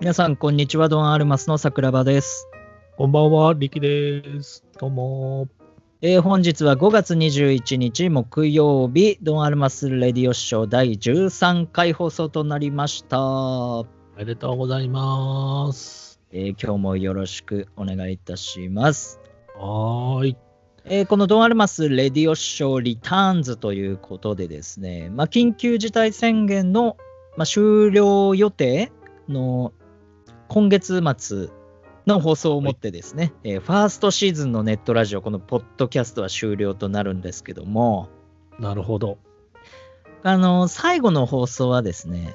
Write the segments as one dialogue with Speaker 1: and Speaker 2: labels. Speaker 1: 皆さん、こんにちは。ドン・アルマスの桜庭です。
Speaker 2: こんばんは、りきです。どうも。
Speaker 1: えー本日は5月21日木曜日、ドン・アルマスレディオショー第13回放送となりました。
Speaker 2: おめでとうございます。
Speaker 1: えー今日もよろしくお願いいたします。
Speaker 2: はーい。
Speaker 1: えーこのドン・アルマスレディオショーリターンズということでですね、まあ、緊急事態宣言の、まあ、終了予定の今月末の放送をもってですね、えーファーストシーズンのネットラジオ、このポッドキャストは終了となるんですけども、
Speaker 2: なるほど。
Speaker 1: あの最後の放送はですね、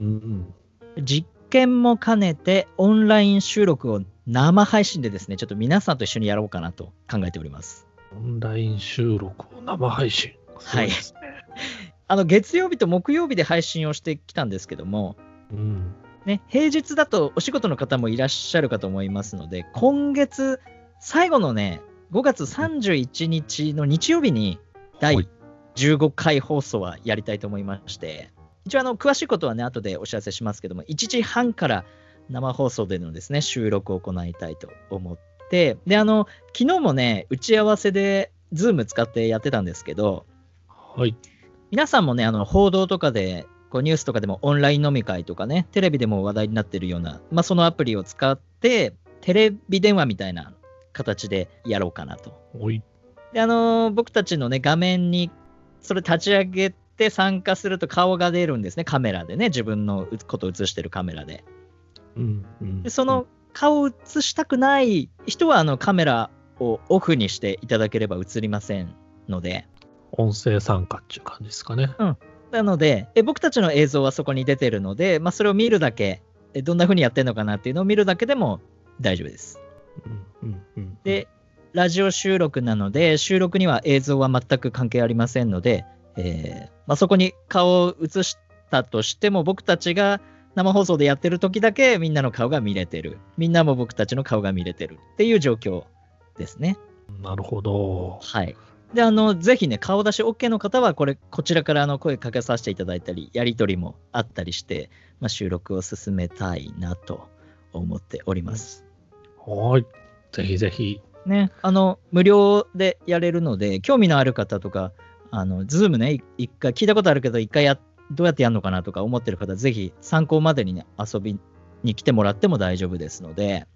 Speaker 2: うん
Speaker 1: 実験も兼ねてオンライン収録を生配信でですね、ちょっと皆さんと一緒にやろうかなと考えております。
Speaker 2: うん。オンライン収録を生配信。
Speaker 1: はい
Speaker 2: すごですね
Speaker 1: あの月曜日と木曜日で配信をしてきたんですけども、
Speaker 2: うん。
Speaker 1: ね、平日だとお仕事の方もいらっしゃるかと思いますので、今月最後のね、5月31日の日曜日に第
Speaker 2: はい
Speaker 1: 15回放送はやりたいと思いまして、一応あの詳しいことはね、後でお知らせしますけども、1時半から生放送でのですね、収録を行いたいと思って、で、あの、昨日もね、打ち合わせで、ズーム使ってやってたんですけど、
Speaker 2: はい。
Speaker 1: 皆さんもね、あの報道とかで、こうニュースとかでもオンライン飲み会とかね、テレビでも話題になってるような、まあ、そのアプリを使って、テレビ電話みたいな形でやろうかなと。
Speaker 2: おい。
Speaker 1: で、あのー僕たちのね、画面に、それ立ち上げて参加すると顔が出るんですね、カメラでね、自分のことを映してるカメラで。
Speaker 2: うん。うん
Speaker 1: でその、顔を映したくない人は、あのカメラをオフにしていただければ映りませんので、
Speaker 2: 音声参加っていう感じですかね。
Speaker 1: なのでえ、僕たちの映像はそこに出てるので、まあ、それを見るだけ、えどんな風にやってるのかなっていうのを見るだけでも大丈夫です。
Speaker 2: うん。うん。うん、
Speaker 1: で、ラジオ収録なので、収録には映像は全く関係ありませんので、えーまあ、そこに顔を映したとしても、僕たちが生放送でやってる時だけみんなの顔が見れてる。みんなも僕たちの顔が見れてるっていう状況ですね。
Speaker 2: なるほど。
Speaker 1: はい。で、あの、ぜひね、顔出し OK の方は、これ、こちらからあの声かけさせていただいたり、やり取りもあったりして、まあ、収録を進めたいなと思っております。
Speaker 2: はーい。ぜひぜひ。
Speaker 1: ね、あの、無料でやれるので、興味のある方とか、あの、ズームね、い一回、聞いたことあるけど、一回や、どうやってやるのかなとか思ってる方、ぜひ参考までにね、遊びに来てもらっても大丈夫ですので、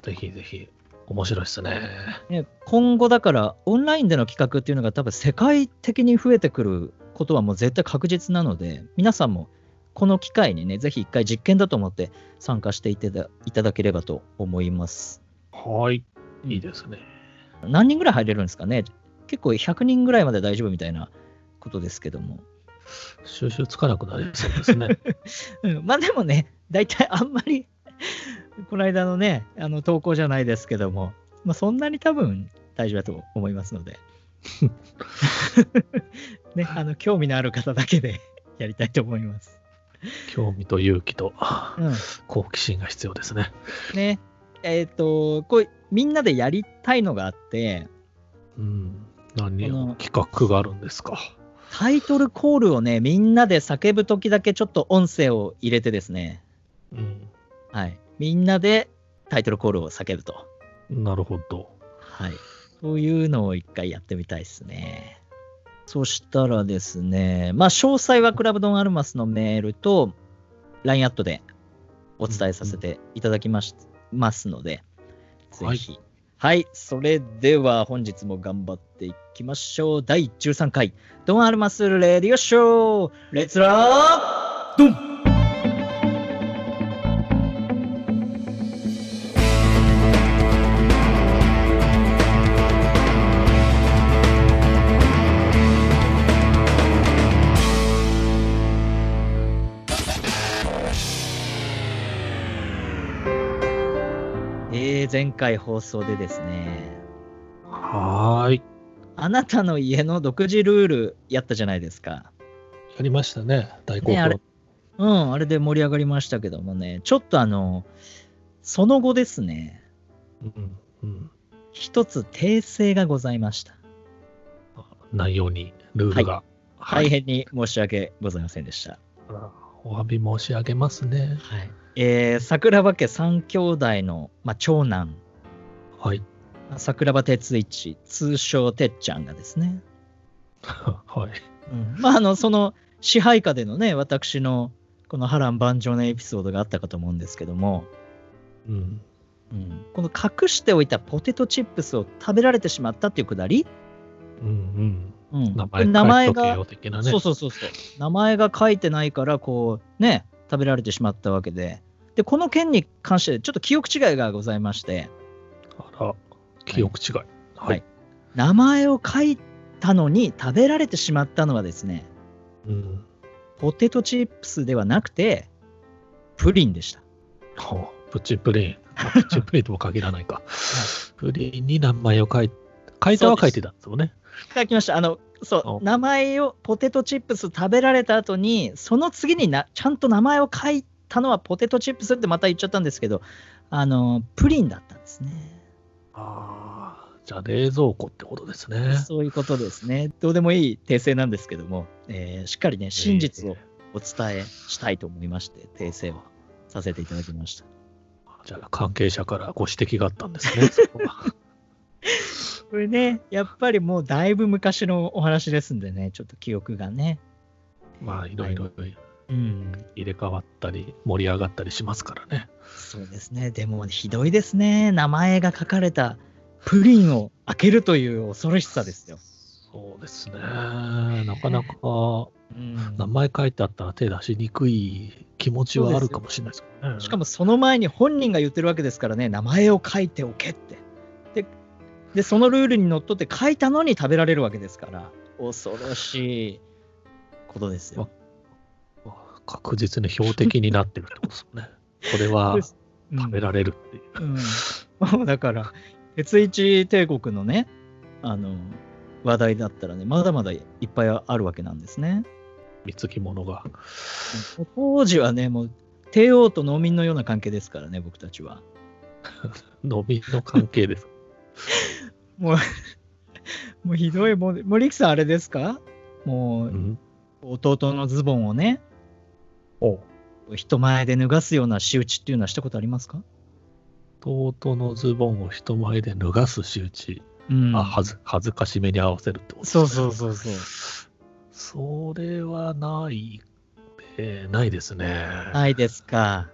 Speaker 2: ぜひぜひ。面白いですね。
Speaker 1: ね、今後だからオンラインでの企画っていうのが多分世界的に増えてくることはもう絶対確実なので皆さんもこの機会にねぜひ一回実験だと思って参加していただいただければと思います
Speaker 2: はい。いいですね。
Speaker 1: 何人ぐらい入れるんですかね結構100人ぐらいまで大丈夫みたいなことですけども、
Speaker 2: 収集つかなくなりそうです ね。
Speaker 1: うん、まあでもね大体あんまりこの間のねあの投稿じゃないですけども、まあ、そんなに多分大丈夫だと思いますのでねあの興味のある方だけで やりたいと思います、
Speaker 2: 興味と勇気と
Speaker 1: うん、
Speaker 2: 好奇心が必要ですね。
Speaker 1: ねえっ、とこうみんなでやりたいのがあって
Speaker 2: うん。何
Speaker 1: この
Speaker 2: を企画があるんですか。
Speaker 1: タイトルコールをねみんなで叫ぶ時だけちょっと音声を入れてですね
Speaker 2: うん。
Speaker 1: はいみんなでタイトルコールを叫ぶと
Speaker 2: なるほど。
Speaker 1: はい。そういうのを一回やってみたいですね。そしたらですね、まあ、詳細はクラブドンアルマスのメールと LINE アットでお伝えさせていただきまし、ますので、ぜ
Speaker 2: はい
Speaker 1: ひ。はい。それでは本日も頑張っていきましょう。第13回、ドンアルマスレディオショー、レッツラードンえー、前回放送でですね、
Speaker 2: はーい。
Speaker 1: あなたの家の独自ルールやったじゃないですか。
Speaker 2: やりましたね。大好
Speaker 1: ねあれ
Speaker 2: 評。
Speaker 1: うん、あれで盛り上がりましたけどもね、ちょっとあの、その後ですね、
Speaker 2: うん。うん。
Speaker 1: 一つ訂正がございました。
Speaker 2: 内容にルールが。
Speaker 1: 大変に申し訳ございませんでした。
Speaker 2: あらお詫び申し上げますね。
Speaker 1: はいえー桜庭家三兄弟の、まあ、長男
Speaker 2: はい。
Speaker 1: 桜庭哲一通称てっちゃんがですね、
Speaker 2: はい。
Speaker 1: うんまああのその支配下でのね私のこの波乱万丈なエピソードがあったかと思うんですけども、
Speaker 2: うん。
Speaker 1: うんこの隠しておいたポテトチップスを食べられてしまったっていうくだり、
Speaker 2: うん
Speaker 1: うん
Speaker 2: うん。名前
Speaker 1: 名前
Speaker 2: 書いとけ
Speaker 1: が
Speaker 2: よ的なね。
Speaker 1: そうそうそうそう。名前が書いてないから、こう、ね、食べられてしまったわけで。で、この件に関して、ちょっと記憶違いがございまして、
Speaker 2: あら、記憶違い。
Speaker 1: はい
Speaker 2: はい。
Speaker 1: 名前を書いたのに食べられてしまったのはですね、
Speaker 2: うん。
Speaker 1: ポテトチップスではなくて、プリンでした。
Speaker 2: はあプチプリン。あプチプリンとも限らない か。プリンに名前を書いて、書いたは書いてたんですよね。
Speaker 1: いただきました。あの、そ
Speaker 2: お
Speaker 1: う、名前を、ポテトチップス食べられた後に、その次にな、ちゃんと名前を書いたのはポテトチップスってまた言っちゃったんですけど、あの、プリンだったんですね。
Speaker 2: ああ、じゃあ冷蔵庫ってことですね。
Speaker 1: そういうことですね。どうでもいい訂正なんですけども、えーしっかりね、真実をお伝えしたいと思いまして、訂正をさせていただきました。
Speaker 2: じゃあ関係者からご指摘があったんで すね。そこは
Speaker 1: これね、やっぱりもうだいぶ昔のお話ですんでね、ちょっと記憶がね。
Speaker 2: まあいろいろ
Speaker 1: うん、
Speaker 2: 入れ替わったり盛り上がったりしますからね。
Speaker 1: そうですね。でもひどいですね。名前が書かれたプリンを開けるという恐ろしさですよ。
Speaker 2: そうですね。なかなか
Speaker 1: うん、
Speaker 2: 名前書いてあったら手出しにくい気持ちはあるかもしれないですけどね。
Speaker 1: しかもその前に本人が言ってるわけですからね、名前を書いておけって。で、でそのルールにのっとって書いたのに食べられるわけですから、恐ろしいことですよ。
Speaker 2: 確実に標的になってるってことです よね。これは食べられるっていう。
Speaker 1: うんうん もうだから、鉄一帝国のね、あの、話題だったらね、まだまだいっぱいあるわけなんですね。
Speaker 2: 貢ぎ物が。
Speaker 1: 当時はね、もう帝王と農民のような関係ですからね、僕たちは。
Speaker 2: 飲みの関係です。
Speaker 1: もう、もうひどいもんで、もう、リキさん、あれですかも
Speaker 2: う
Speaker 1: う、
Speaker 2: ん。
Speaker 1: 弟のズボンをね、
Speaker 2: お
Speaker 1: 人前で脱がすような仕打ちっていうのはしたことありますか
Speaker 2: 弟のズボンを人前で脱がす仕打ち。
Speaker 1: うん
Speaker 2: あ、はず、恥ずかしめに合わせるってこと
Speaker 1: そうそうそうそう。
Speaker 2: それはない、えーないですね。
Speaker 1: ないですか。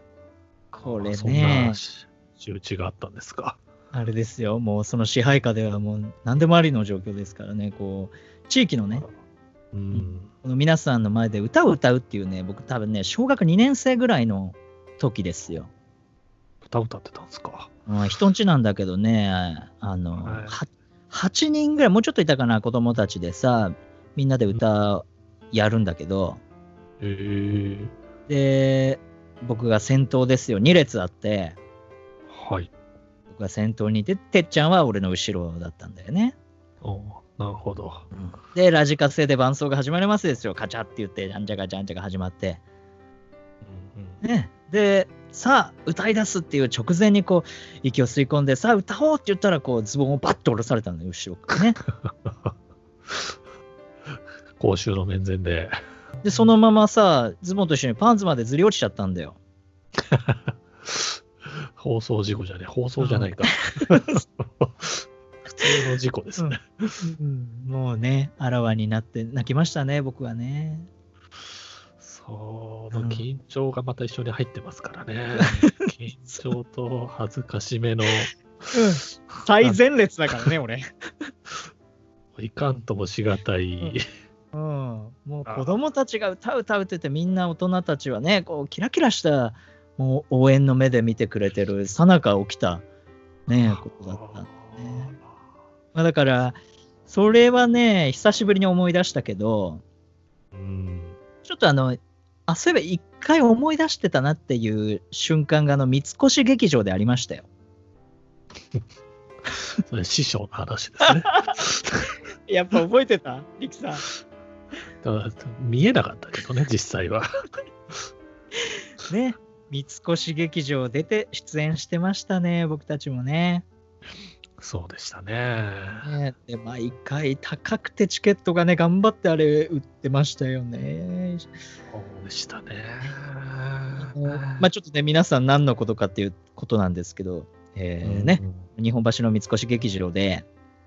Speaker 1: これ
Speaker 2: そんな
Speaker 1: ね、
Speaker 2: 仕仕打ちがあったんですか。
Speaker 1: あれですよ、もうその支配下ではもう何でもありの状況ですからね、こう、地域のね、
Speaker 2: うん。
Speaker 1: この皆さんの前で歌を歌うっていうね、僕多分ね、小学2年生ぐらいの時ですよ。
Speaker 2: 歌歌ってたんですか。
Speaker 1: うん 人んちなんだけどね、あの、
Speaker 2: はい
Speaker 1: は8人ぐらい、もうちょっといたかな、子供たちでさ、みんなで歌やるんだけど、
Speaker 2: えー、
Speaker 1: で、僕が先頭ですよ、2列あって、
Speaker 2: はい。
Speaker 1: 僕が先頭にいて、てっちゃんは俺の後ろだったんだよね。
Speaker 2: おなるほど。
Speaker 1: で、ラジカセで伴奏が始まりますですよ、カチャって言って、じゃんじゃかじゃんじゃか始まって。
Speaker 2: うんうん
Speaker 1: ね、でさあ歌い出すっていう直前にこう息を吸い込んでさあ歌おうって言ったらこうズボンをバッと下ろされたのよ後ろから ね
Speaker 2: 公衆の面前で。
Speaker 1: でそのままさズボンと一緒にパンツまでずり落ちちゃったんだよ
Speaker 2: 放送事故じゃねえ放送じゃないか。 普通の事故ですね。
Speaker 1: もうねあらわになって泣きましたね僕はね
Speaker 2: その緊張がまた一緒に入ってますからね。緊張と恥ずかしめの、
Speaker 1: 最前列だからね俺
Speaker 2: いかんともしがたい。
Speaker 1: うんもう子供たちが歌う歌うっててみんな大人たちはねこうキラキラしたもう応援の目で見てくれてるさなか起きたねことだったねまあ、だから、それはね、久しぶりに思い出したけど、
Speaker 2: うん。
Speaker 1: ちょっとあの、あ、そういえば一回思い出してたなっていう瞬間が、あの、三越劇場でありましたよ。
Speaker 2: それ師匠の話ですね。
Speaker 1: やっぱ覚えてたリキさん。
Speaker 2: ただ見えなかったけどね、実際は。
Speaker 1: ね。三越劇場出て出演してましたね、僕たちもね。
Speaker 2: そうでしたね。
Speaker 1: ね、で毎回高くてチケットがね、頑張ってあれ売ってましたよね。
Speaker 2: そうでしたね。
Speaker 1: あのまあ、ちょっとね、皆さん何のことかっていうことなんですけど、えーね
Speaker 2: うんうん。
Speaker 1: 日本橋の三越劇場で、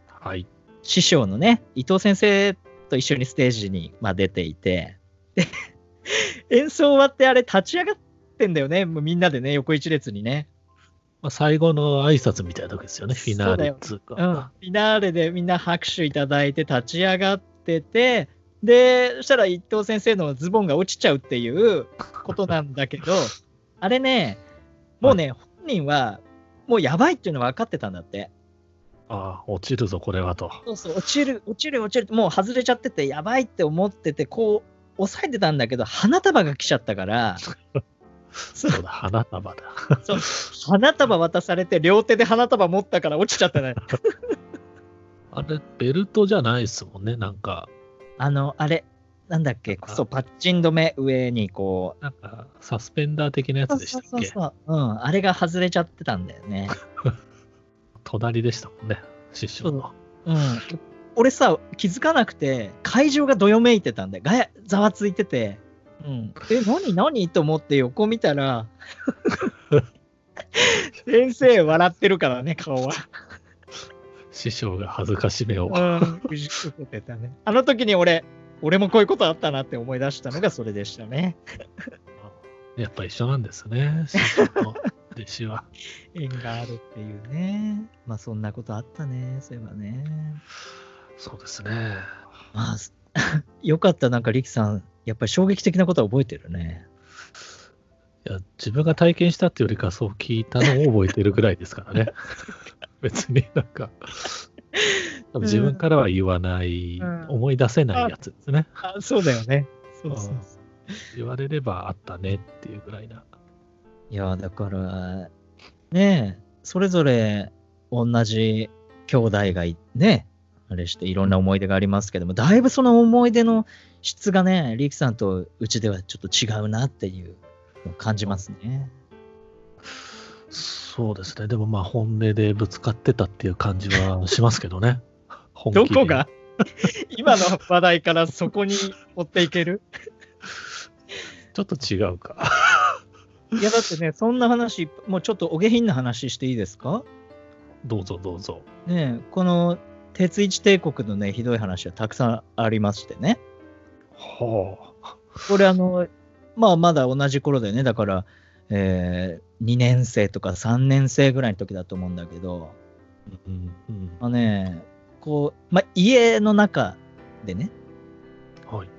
Speaker 2: はい。
Speaker 1: 師匠のね、伊藤先生と一緒にステージに、まあ、出ていて、で 演奏終わってあれ立ち上がってんだよね、もうみんなでね、横一列にね。
Speaker 2: まあ、最後の挨拶みたいな時ですよね、フィナーレっつう
Speaker 1: う
Speaker 2: か
Speaker 1: ん。、フィナーレでみんな拍手いただいて立ち上がっててでそしたら伊藤先生のズボンが落ちちゃうっていうことなんだけどあれねもうね、本人はもうやばいっていうのは分かってたんだって
Speaker 2: ああ、落ちるぞ、これはと。
Speaker 1: そうそう落ちる落ちる落ちるってもう外れちゃっててやばいって思っててこう抑えてたんだけど花束が来ちゃったからそう
Speaker 2: そうだ、花束だ。
Speaker 1: 花束渡されて両手で花束持ったから落ちちゃったね
Speaker 2: あれ、ベルトじゃないですもんね、なんか、
Speaker 1: あの、あれ、なんだっけ、
Speaker 2: なんか
Speaker 1: そう、パッチン止め上にこ
Speaker 2: なんか、サスペンダー的なや
Speaker 1: う、
Speaker 2: つでしたっけ
Speaker 1: そうそうそう、うん、あれが外れちゃってたんだよね。
Speaker 2: 隣でしたもんね、師匠の。
Speaker 1: うん。俺さ、気づかなくて、会場がどよめいてたんで、がやざわついてて、うん、え、何、何と思って横見た ら、先生笑ってるからね、顔は。
Speaker 2: 師匠が恥ずかしめを。
Speaker 1: うん、くじけてたね。あの時に俺、俺もこういうことあったなって思い出したのがそれでしたね。
Speaker 2: やっぱ一緒なんですね、師匠と弟子は。
Speaker 1: 縁があるっていうね。まあそんなことあったね、そういえばね。
Speaker 2: そうですね。
Speaker 1: まあ、 すよかった、なんかリキさん、やっぱり衝撃的なことは覚えてるね。
Speaker 2: いや自分が体験したっていうよりか、そう聞いたのを覚えてるぐらいで すからね。別になんか、多分自分からは言わない、
Speaker 1: うん
Speaker 2: 思い出せないやつですね。
Speaker 1: あそうだよね。そ
Speaker 2: うん言われればあったねっていうぐらいな。
Speaker 1: いや、だから、ねえ、それぞれ同じ兄弟がいね、あれしていろんな思い出がありますけども、だいぶその思い出の質がね、リキさんとうちではちょっと違うなっていうのを感じますね。
Speaker 2: そうですね。でもまあ本音でぶつかってたっていう感じはしますけど ね。本気
Speaker 1: ど
Speaker 2: で
Speaker 1: こが今の話題からそこに持っていける
Speaker 2: ちょっと違う か。
Speaker 1: いやだってね、そんな話、もうちょっとお下品な話していいですか
Speaker 2: どうぞどうぞ。
Speaker 1: ねえこの鉄一帝国のね、ひどい話はたくさんありましてね。
Speaker 2: はあ。
Speaker 1: これあの、まあまだ同じ頃だよね。だから、え2年生とか3年生ぐらいの時だと思うんだけど、
Speaker 2: うんうん。
Speaker 1: まあね、こう、まあ家の中でね、
Speaker 2: はい。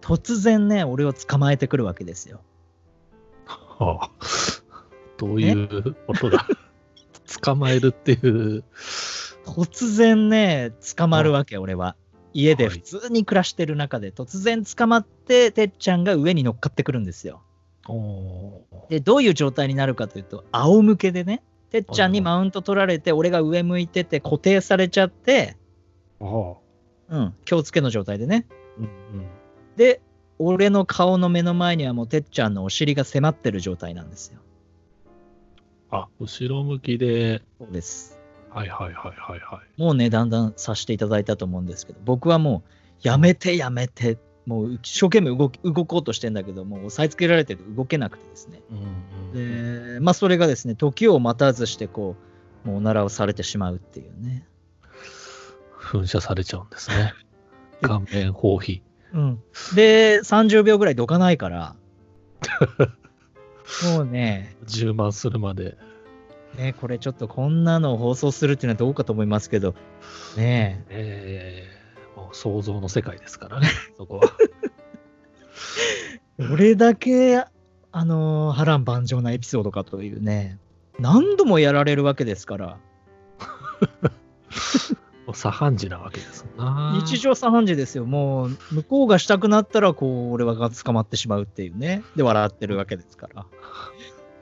Speaker 1: 突然ね、俺を捕まえてくるわけですよ。
Speaker 2: はあ。 どういうことだ。捕まえるって いう。
Speaker 1: 突然ね、捕まるわけ、俺は。家で
Speaker 2: は
Speaker 1: 普
Speaker 2: い
Speaker 1: 通に暮らしてる中で、突然捕まって、てっちゃんが上に乗っかってくるんですよ。
Speaker 2: お
Speaker 1: で、どういう状態になるかというと、仰向けでね、てっちゃんにマウント取られて、俺が上向いてて固定されちゃって、
Speaker 2: は
Speaker 1: うん、気をつけの状態でね。
Speaker 2: あ。うんうん。
Speaker 1: で、俺の顔の目の前にはもうてっちゃんのお尻が迫ってる状態なんですよ。
Speaker 2: あ、後ろ向きで。
Speaker 1: そうです。
Speaker 2: はいはいはいはいはい。
Speaker 1: もうね、だんだんさせていただいたと思うんですけど、僕はもう、やめてやめて、もう一生懸命動き動こうとしてんだけど、もう押さえつけられて動けなくてですね。
Speaker 2: うんうん。
Speaker 1: で、まあそれがですね、時を待たずして、こう、もうおならをされてしまうっていうね。
Speaker 2: 噴射されちゃうんです ね。顔面包皮。
Speaker 1: うん。で、30秒ぐらいどかないから、もうね、
Speaker 2: 充満するまで。
Speaker 1: ね、これちょっとこんなのを放送するっていうのはどうかと思いますけど、ね
Speaker 2: ええもう想像の世界ですからね、 そこは。
Speaker 1: え、俺だけ、あのー波乱万丈なエピソードかというね、何度もやられるわけですから、
Speaker 2: もう左半時なわけですな。
Speaker 1: 日常茶飯事ですよ、もう、向こうがしたくなったら、こう、俺は捕まってしまうっていうね、で、笑ってるわけですから。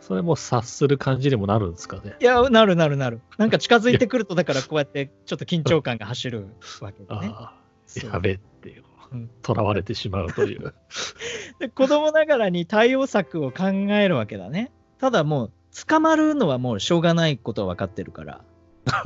Speaker 2: それも察する感じにもなるんですかね。
Speaker 1: いや、なるなるなる。なんか近づいてくると、だからこうやって、ちょっと緊張感が走るわけでね。
Speaker 2: ああ、
Speaker 1: そう
Speaker 2: やべえっていう
Speaker 1: うん。
Speaker 2: 囚われてしまうと いう。
Speaker 1: で子供ながらに対応策を考えるわけだね。ただもう、捕まるのはもうしょうがないことは分かってるから。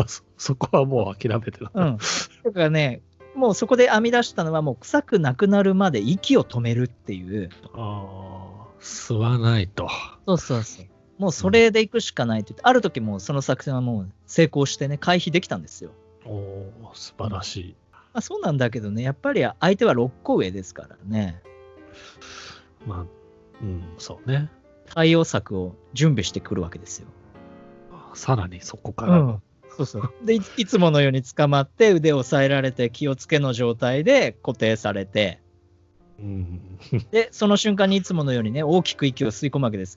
Speaker 2: そそこはもう諦めてた。
Speaker 1: うん。だからね、もうそこで編み出したのは、もう臭くなくなるまで息を止めるっていう。
Speaker 2: あー吸わないと。
Speaker 1: そうそうそう。もうそれで行くしかないって言って、ある時もうその作戦はもう成功してね、回避できたんですよ。
Speaker 2: おお素晴らしい。
Speaker 1: まあ、そうなんだけどね、やっぱり相手は6個上ですからね、
Speaker 2: まあ、うん、そうね。
Speaker 1: 対応策を準備してくるわけですよ。
Speaker 2: さらにそこから。
Speaker 1: ん、そうそうでい、いつものように捕まって、腕を押さえられて、気をつけの状態で固定されて、
Speaker 2: うん。
Speaker 1: で、その瞬間にいつものようにね、大きく息を吸い込むわけです。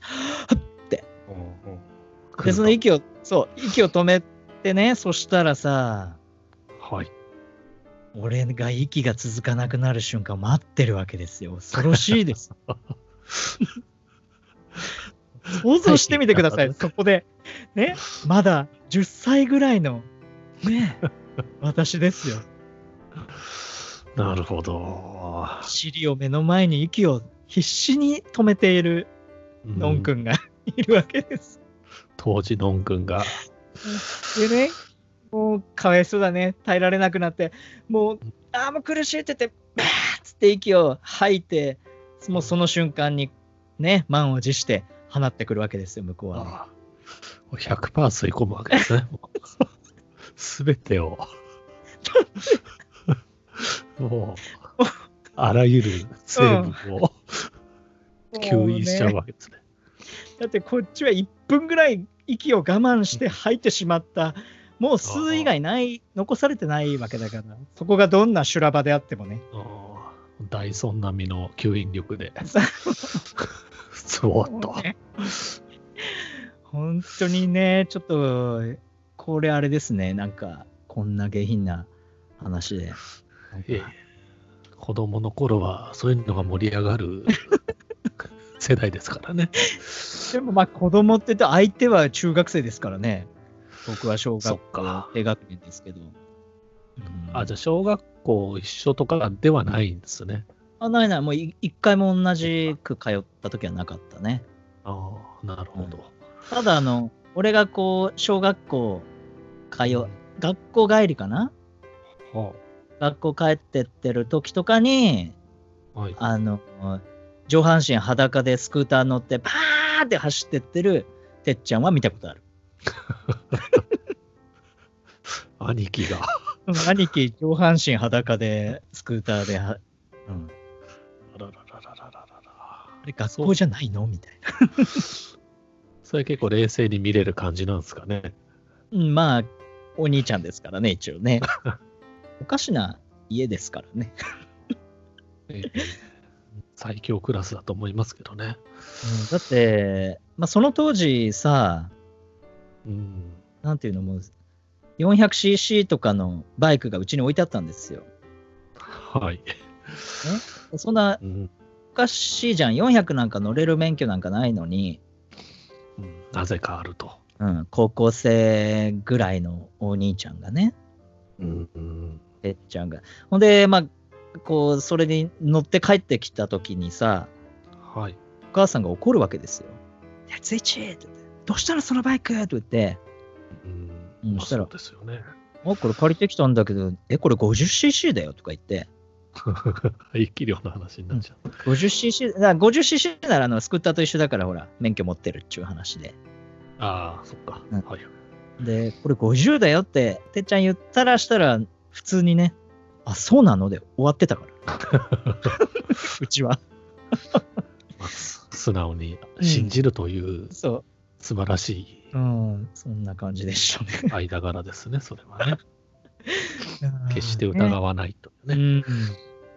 Speaker 1: で、その息を、そう、息を止めてね、そしたらさ、
Speaker 2: はい。
Speaker 1: 俺が息が続かなくなる瞬間を待ってるわけですよ。恐ろしいです。想像してみてください、そこで。ね、まだ10歳ぐらいの、ね、私ですよ。
Speaker 2: なるほど。
Speaker 1: 尻を目の前に息を必死に止めているのんく
Speaker 2: うん
Speaker 1: んがいるわけです。
Speaker 2: 当時のんくんが。
Speaker 1: でね、もうかわいそうだね、耐えられなくなって、もう、ああ、もう苦しいって言って、バーッつって息を吐いて、もうその瞬間にね、満を持して放ってくるわけですよ、向こうはね、
Speaker 2: あー100%吸い込むわけですね。すべてを。 もう、あらゆる成分を吸引しちゃうわけですね。
Speaker 1: だってこっちは1分ぐらい息を我慢して吐いてしまった、もう吸う以外ない、残されてないわけだから、そこがどんな修羅場であってもね。
Speaker 2: あーダイソン並みの吸引力で、
Speaker 1: さ
Speaker 2: スボッと。
Speaker 1: ね本当にね、ちょっと、これあれですね、なんか、こんな下品な話で。
Speaker 2: ええ子供の頃はそういうのが盛り上がる世代ですからね。
Speaker 1: でもまあ子供って言って相手は中学生ですからね。僕は小
Speaker 2: そっ
Speaker 1: 学
Speaker 2: か
Speaker 1: 校、。低学年ですけど。うん
Speaker 2: あ、じゃあ小学校一緒とかではないんですね。
Speaker 1: あないない、もうい一回も同じく通った時はなかったね。
Speaker 2: ああ、なるほど。
Speaker 1: ただあの、俺がこう、小学校通う、学校帰りかな
Speaker 2: は
Speaker 1: 学校帰ってってる時とかに、
Speaker 2: あはい。
Speaker 1: あの、上半身裸でスクーター乗って、パーって走ってってるてっちゃんは見たことある。
Speaker 2: 兄貴が。
Speaker 1: 兄貴、上半身裸でスクーターでは、うん、
Speaker 2: あららららららら
Speaker 1: あれ学校じゃないのみたいな。
Speaker 2: それ結構冷静に見れる感じなんですかね。
Speaker 1: うん、まあ、お兄ちゃんですからね、一応ね。おかしな家ですからね。
Speaker 2: ええ最強クラスだと思いますけどね。
Speaker 1: だって、まあ、その当時さ、
Speaker 2: うん。
Speaker 1: なんていうのもう、400cc とかのバイクがうちに置いてあったんですよ。
Speaker 2: はい。
Speaker 1: そんな
Speaker 2: うん
Speaker 1: おかしいじゃん。400なんか乗れる免許なんかないのに、
Speaker 2: うんなぜかあると。
Speaker 1: うん、高校生ぐらいのお兄ちゃんがね、
Speaker 2: うんうん
Speaker 1: てっちゃんが。ほんで、まあ、こう、それに乗って帰ってきた時にさ、
Speaker 2: はい。
Speaker 1: お母さんが怒るわけですよ。いやついちって言ってどうしたらそのバイクって言って、
Speaker 2: う
Speaker 1: うんん
Speaker 2: まあ
Speaker 1: した
Speaker 2: そ
Speaker 1: ら
Speaker 2: うですよね。
Speaker 1: あ、これ借りてきたんだけど、え、これ 50cc だよとか言って、
Speaker 2: 排気量の話になっちゃう。
Speaker 1: 50cc、だから 50cc ならあのスクーターと一緒だから、ほら、免許持ってるっちゅう話で。
Speaker 2: ああ、そっか。
Speaker 1: うん
Speaker 2: はい。
Speaker 1: で、これ50だよって、てっちゃん言ったらしたら、普通にね、あ、そうなので終わってたから。 うちは。
Speaker 2: まあす素直に信じるという
Speaker 1: そ。
Speaker 2: 素晴らしいう
Speaker 1: うん、そんな感じでした ね。
Speaker 2: 間柄ですね、それはね。決して疑
Speaker 1: わ
Speaker 2: わないとい
Speaker 1: ね。
Speaker 2: う
Speaker 1: う
Speaker 2: ね。
Speaker 1: ん。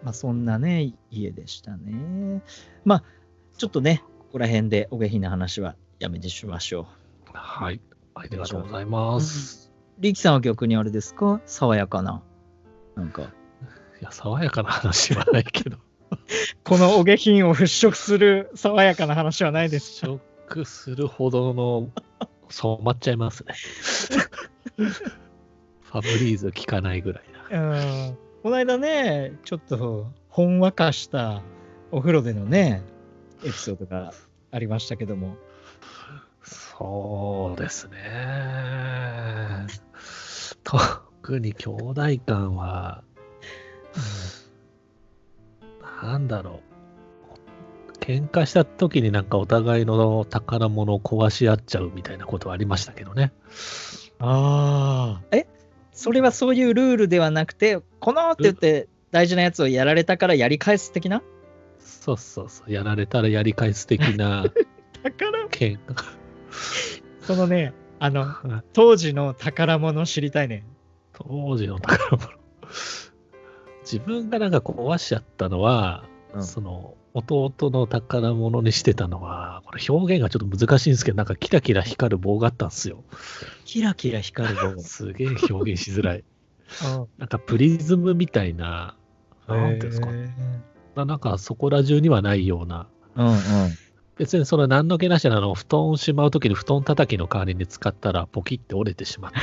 Speaker 1: まあ、そんなね、家でしたね。まあ、ちょっとね、ここら辺でお下品な話はやめてしましょう。
Speaker 2: はい。ありがとうございます。
Speaker 1: リキさんは逆にあれですか爽やかな。なんか。
Speaker 2: いや、爽やかな話はないけど。
Speaker 1: このお下品を払拭する爽やかな話 はないです。
Speaker 2: ショックするほどの染まっちゃいますね。ファブリーズ聞かないぐらいな。
Speaker 1: うんこの間ね、ちょっとほんわかしたお風呂でのね、エピソードがありましたけども。
Speaker 2: そうですね。特に兄弟間は、なんだろう。喧嘩した時になんかお互いの宝物を壊し合っちゃうみたいなことはありましたけどね。
Speaker 1: ああ。えそれはそういうルールではなくて、このって言って大事なやつをやられたからやり返す的な
Speaker 2: そうそうそう。やられたらやり返す的な
Speaker 1: 宝
Speaker 2: 喧嘩。
Speaker 1: そのね、あの、当時の宝物知りたいね。
Speaker 2: 当時の宝物。自分がなんか壊しちゃったのは、
Speaker 1: うん
Speaker 2: その弟の宝物にしてたのは、これ表現がちょっと難しいんですけど、なんかキラキラ光る棒があったんですよ。
Speaker 1: キラキラ光る棒。
Speaker 2: すげえ表現しづらい。 なんかプリズムみたいな、なんていうんですか
Speaker 1: へ
Speaker 2: ね、
Speaker 1: ー
Speaker 2: なんかそこら中にはないような、
Speaker 1: うんうん。
Speaker 2: 別にその何の気なしなの布団をしまうときに布団叩きの代わりに使ったらポキって折れて しまって。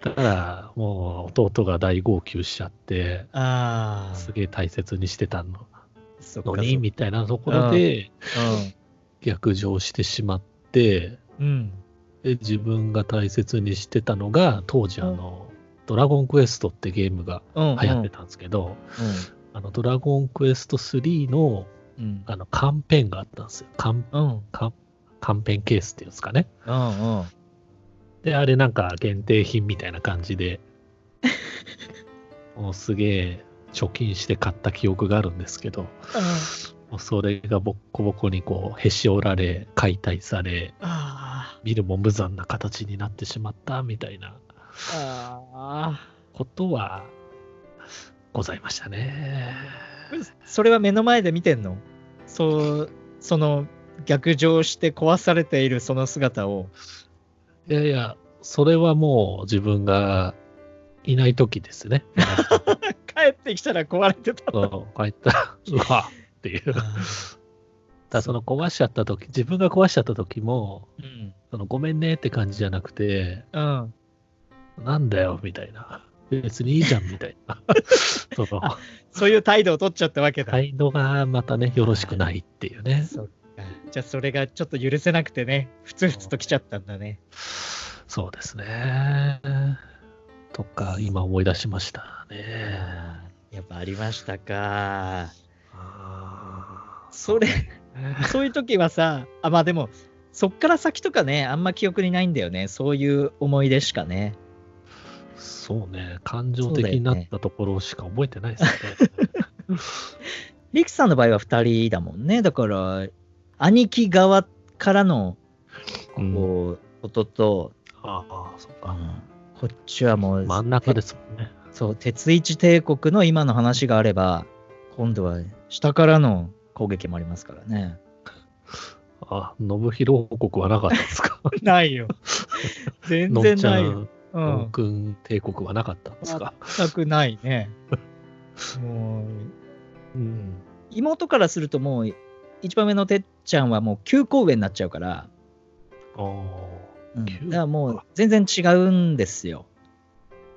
Speaker 2: だからもう弟が大号泣しちゃって、
Speaker 1: ああ。
Speaker 2: すげえ大切にしてたの
Speaker 1: そっかそっ
Speaker 2: の
Speaker 1: か
Speaker 2: にみたいなところで逆上してしまって、
Speaker 1: うん。うん。
Speaker 2: で自分が大切にしてたのが当時あの、ドラゴンクエストってゲームが
Speaker 1: うんうん。
Speaker 2: 流行ってたんですけど、
Speaker 1: う
Speaker 2: あのドラゴンクエスト3の
Speaker 1: ん。
Speaker 2: あのカンペンがあったんですよ。カン
Speaker 1: うん。うん。
Speaker 2: カンペンケースっていうんですかね。
Speaker 1: うん。うん。
Speaker 2: で、あれなんか限定品みたいな感じで、もうすげえ貯金して買った記憶があるんですけど、もうそれがボッコボコにこうへし折られ、解体され、
Speaker 1: あ
Speaker 2: 見るも無残な形になってしまったみたいな
Speaker 1: あ。あ
Speaker 2: ことはございましたね。
Speaker 1: あ。それは目の前で見てんのそう、その、逆上して壊されているその姿を。
Speaker 2: いやいや、それはもう自分がいない時ですね。
Speaker 1: 帰ってきたら壊れてた。
Speaker 2: そう、帰ったら、うわっていう。だからその壊しちゃった時、自分が壊しちゃった時も、
Speaker 1: うん。
Speaker 2: そのごめんねって感じじゃなくて、
Speaker 1: うん。
Speaker 2: なんだよみたいな。別にいいじゃんみたい な。その
Speaker 1: そういう態度を取っちゃったわけだ。
Speaker 2: 態度がまたね、よろしくないっていうね。
Speaker 1: そっか。じゃあそれがちょっと許せなくてね、ふつふつと来ちゃったんだね。
Speaker 2: そうですね。とか、今思い出しましたね。
Speaker 1: あーやっぱありましたか。
Speaker 2: あー
Speaker 1: それ、そういう時はさ、あ、まあでも、そっから先とかね、あんま記憶にないんだよね。そういう思い出しかね。
Speaker 2: そうね、感情的になったところしか覚えてないですね。
Speaker 1: リクさんの場合は2人だもんね。だから、兄貴側からの、こう、ことと、
Speaker 2: ああ、そっ
Speaker 1: う
Speaker 2: か。
Speaker 1: んこっちはもう、
Speaker 2: 真ん中ですもんね。
Speaker 1: そう、鉄一帝国の今の話があれば、今度は下からの攻撃もありますからね。
Speaker 2: あ、信弘王国はなかったですか
Speaker 1: ないよ。全
Speaker 2: のん
Speaker 1: 然
Speaker 2: ちゃ
Speaker 1: ないよ。
Speaker 2: ん、
Speaker 1: う
Speaker 2: のん
Speaker 1: ん。
Speaker 2: くん帝国はなかったんですか
Speaker 1: 全くない ね。もう、
Speaker 2: うん。
Speaker 1: 妹からするともう、一番上のてっちゃんはもう9個上になっちゃうから、
Speaker 2: ああ。
Speaker 1: うん、だ
Speaker 2: 九
Speaker 1: からもう全然違うんですよ。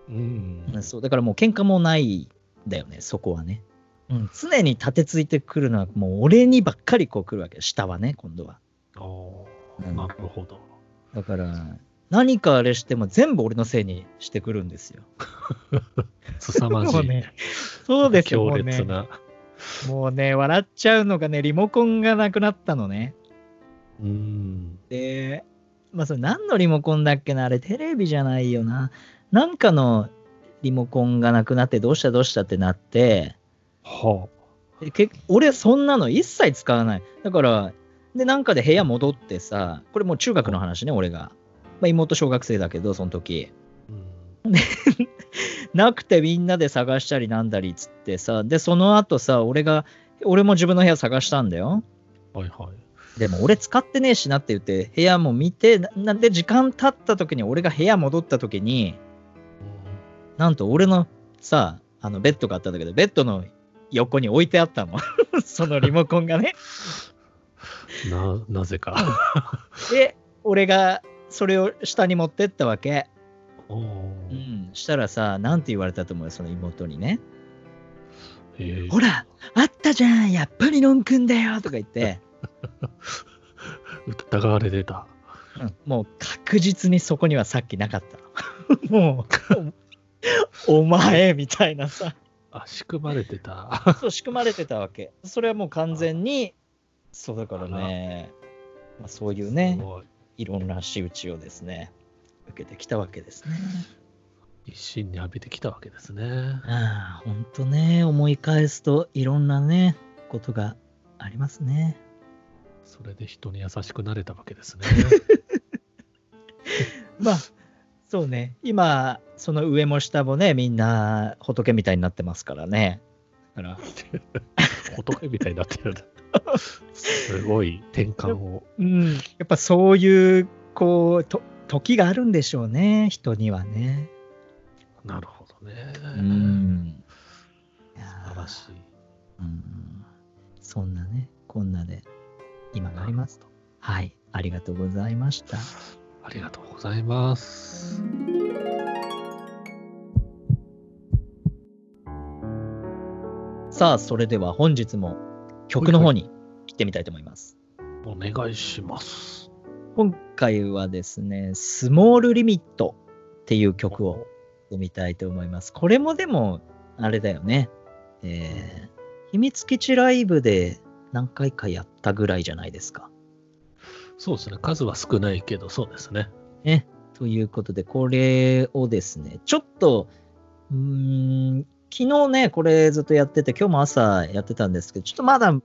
Speaker 2: うん。
Speaker 1: うんそう、だからもう喧嘩もないんだよね、そこはね。うん、常に立てついてくるのは、もう俺にばっかりこう来るわけ、下はね、今度は。
Speaker 2: あ
Speaker 1: う
Speaker 2: あ、
Speaker 1: ん
Speaker 2: なるほ ど。
Speaker 1: だから、何かあれしても全部俺のせいにしてくるんですよ。
Speaker 2: すさまじ
Speaker 1: もう
Speaker 2: い。
Speaker 1: ねそうですよ、も
Speaker 2: 強
Speaker 1: うね
Speaker 2: 烈。な。
Speaker 1: もうね、笑っちゃうのがね、リモコンがなくなったのね。
Speaker 2: うん。
Speaker 1: で、まあ、それ何のリモコンだっけな、あれ、テレビじゃないよな。なんかのリモコンがなくなって、どうしたどうしたってなって、
Speaker 2: は
Speaker 1: でけ俺、そんなの一切使わない。だから、で、なんかで部屋戻ってさ、これもう中学の話ね、俺が。まあ、妹小学生だけど、その時。
Speaker 2: あ。うん
Speaker 1: なくてみんなで探したりなんだりっつってさ、で、その後さ、俺が、俺も自分の部屋探したんだよ。
Speaker 2: はいはい。
Speaker 1: でも俺使ってねえしなって言って部屋も見てななんで時間経った時に俺が部屋戻った時になんと俺のさあのベッドがあったんだけどベッドの横に置いてあったの そのリモコンがね
Speaker 2: うんな、なぜ か。
Speaker 1: で俺がそれを下に持ってったわけ
Speaker 2: お
Speaker 1: うん
Speaker 2: ー
Speaker 1: したらさなんて言われたと思うよその妹にね
Speaker 2: えー
Speaker 1: ほらあったじゃんやっぱりのんくんだよとか言って
Speaker 2: 疑われてた。
Speaker 1: うんもう確実にそこにはさっきなかった。 もう、お前みたいなさ、
Speaker 2: あ、仕組まれてた。
Speaker 1: そう仕組まれてたわけ。それはもう完全に、そうだからね、まあ、 そういう
Speaker 2: す
Speaker 1: ね、
Speaker 2: ごい
Speaker 1: いろんな仕打ちをですね、受けてきたわけですね。
Speaker 2: 一心に浴びてきたわけですね。
Speaker 1: ああ、ほんとね、思い返すといろんなね、ことがありますね。
Speaker 2: それで人に優しくなれたわけですね。
Speaker 1: まあ、そうね、今、その上も下もね、みんな仏みたいになってますからね。だから、
Speaker 2: 仏みたいになってる。すごい転換を。
Speaker 1: うん、やっぱそういう、こう、と時があるんでしょうね、人にはね。
Speaker 2: なるほどね。
Speaker 1: うん。いやー
Speaker 2: 素晴らしい。
Speaker 1: うんそんなね、こんなで、今がありますと。はい、ありがとうございました。
Speaker 2: ありがとうございます。
Speaker 1: さあ、それでは本日も曲の方に行ってみたいと思います。
Speaker 2: お願いします。
Speaker 1: 今回はですね、スモールリミットっていう曲を読みたいと思います。これもでも、あれだよね。えー、秘密基地ライブで何回かやったぐらいじゃないですか。
Speaker 2: そうですね。数は少ないけど、そうですね。
Speaker 1: ね。ということで、これをですね、ちょっと、うーん、昨日ね、これずっとやってて、今日も朝やってたんですけど、ちょっとまだ、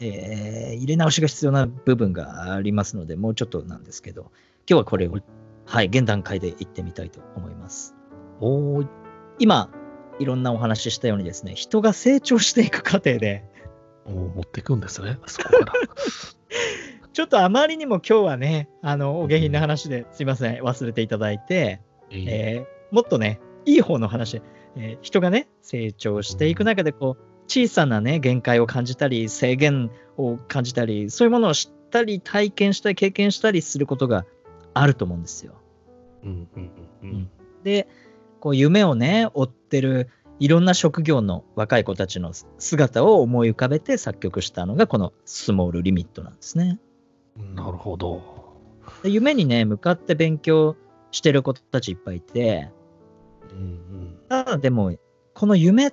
Speaker 1: えー入れ直しが必要な部分がありますので、もうちょっとなんですけど、今日はこれを
Speaker 2: はい、
Speaker 1: はい、現段階で行ってみたいと思います。
Speaker 2: おーい。
Speaker 1: 今、いろんなお話ししたようにですね、人が成長していく過程で、
Speaker 2: おー持っていくんですね。そこ から。
Speaker 1: ちょっとあまりにも今日はね、あの、お下品な話ですいません、忘れていただいて、
Speaker 2: えー
Speaker 1: えーもっとね、いい方の話で、えー人がね、成長していく中で、こう、小さなね、限界を感じたり、制限を感じたり、そういうものを知ったり、体験したり、経験したりすることがあると思うんですよ。
Speaker 2: うんうんうんうん。
Speaker 1: で、こう、夢をね、追ってる、いろんな職業の若い子たちの姿を思い浮かべて作曲したのが、このスモールリミットなんですね。
Speaker 2: なるほど。
Speaker 1: で夢にね、向かって勉強してる子たちいっぱいいて、
Speaker 2: うん
Speaker 1: ただでも、この夢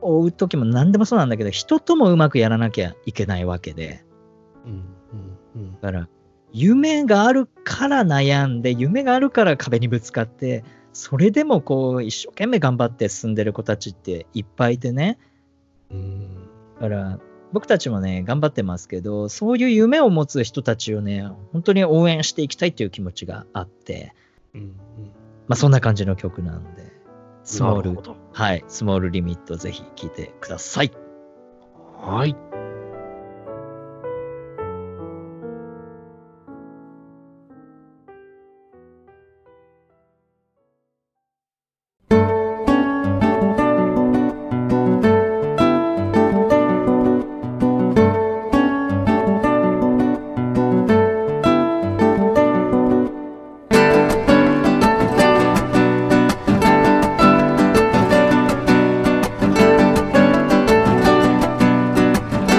Speaker 1: を追う時も何でもそうなんだけど、人ともうまくやらなきゃいけないわけで、
Speaker 2: うんうんうんうん。
Speaker 1: だから、夢があるから悩んで、夢があるから壁にぶつかって、それでもこう、一生懸命頑張って進んでる子たちっていっぱいいてね、
Speaker 2: うん
Speaker 1: だから、僕たちもね、頑張ってますけど、そういう夢を持つ人たちをね、本当に応援していきたいという気持ちがあって、
Speaker 2: うんうん。
Speaker 1: まあそんな感じの曲なんで、スモー
Speaker 2: なる
Speaker 1: ル
Speaker 2: ほ、ど
Speaker 1: はい、スモールリミットぜひ聴いてください。
Speaker 2: はい。
Speaker 3: 「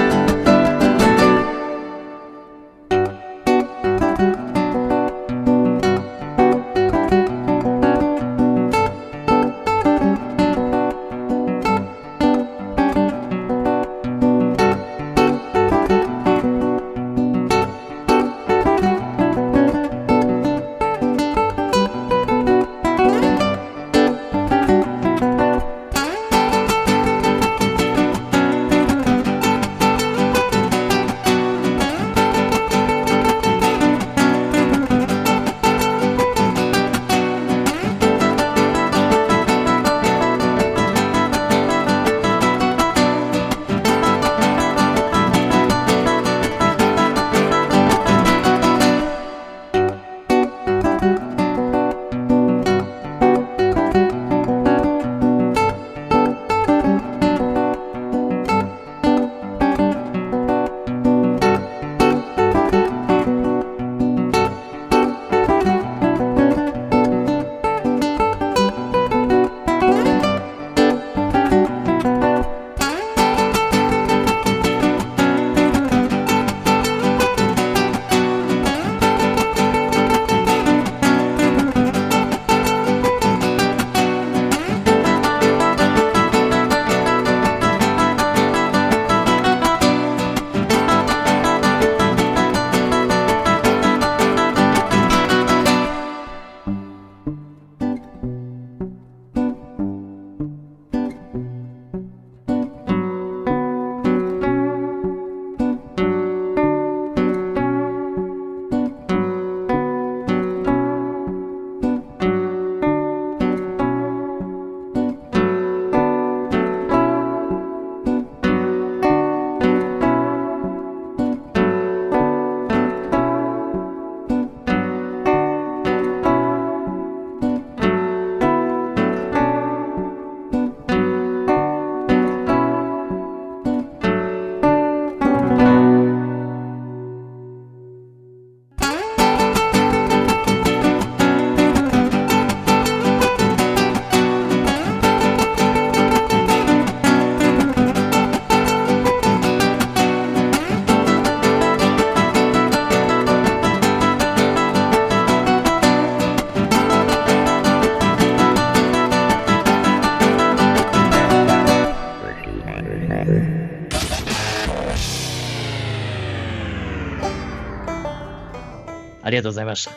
Speaker 1: ありがとうございました。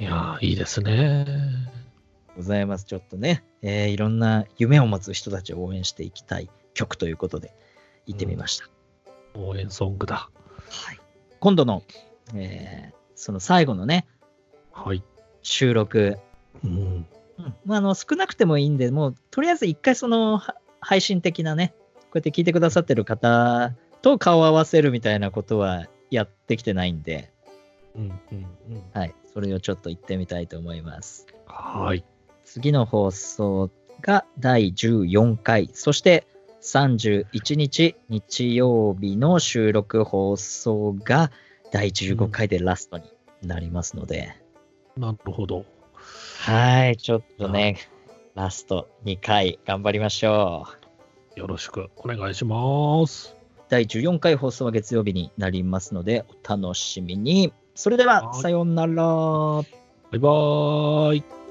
Speaker 2: いやー、いいですね。
Speaker 1: ございます。ちょっとね、えーいろんな夢を持つ人たちを応援していきたい曲ということで、行ってみました。
Speaker 2: 応援ソングだ。
Speaker 1: はい、今度の、えーその最後のね、
Speaker 2: はい。
Speaker 1: 収録、
Speaker 2: うん。
Speaker 1: まあ、あの少なくてもいいんで、もうとりあえず一回そのは配信的なね、こうやって聞いてくださってる方と顔を合わせるみたいなことはやってきてないんで、
Speaker 2: うんうんうん。
Speaker 1: はい、それをちょっと行ってみたいと思います。
Speaker 2: はい。
Speaker 1: 次の放送が第14回、そして31日日曜日の収録放送が第15回でラストになりますので、
Speaker 2: なるほど。
Speaker 1: はい、ちょっとね、ラスト2回頑張りましょう。
Speaker 2: よろしくお願いします。
Speaker 1: 第14回放送は月曜日になりますので、お楽しみに。それでは、
Speaker 2: はい
Speaker 1: さようなら。
Speaker 2: バイバーイ。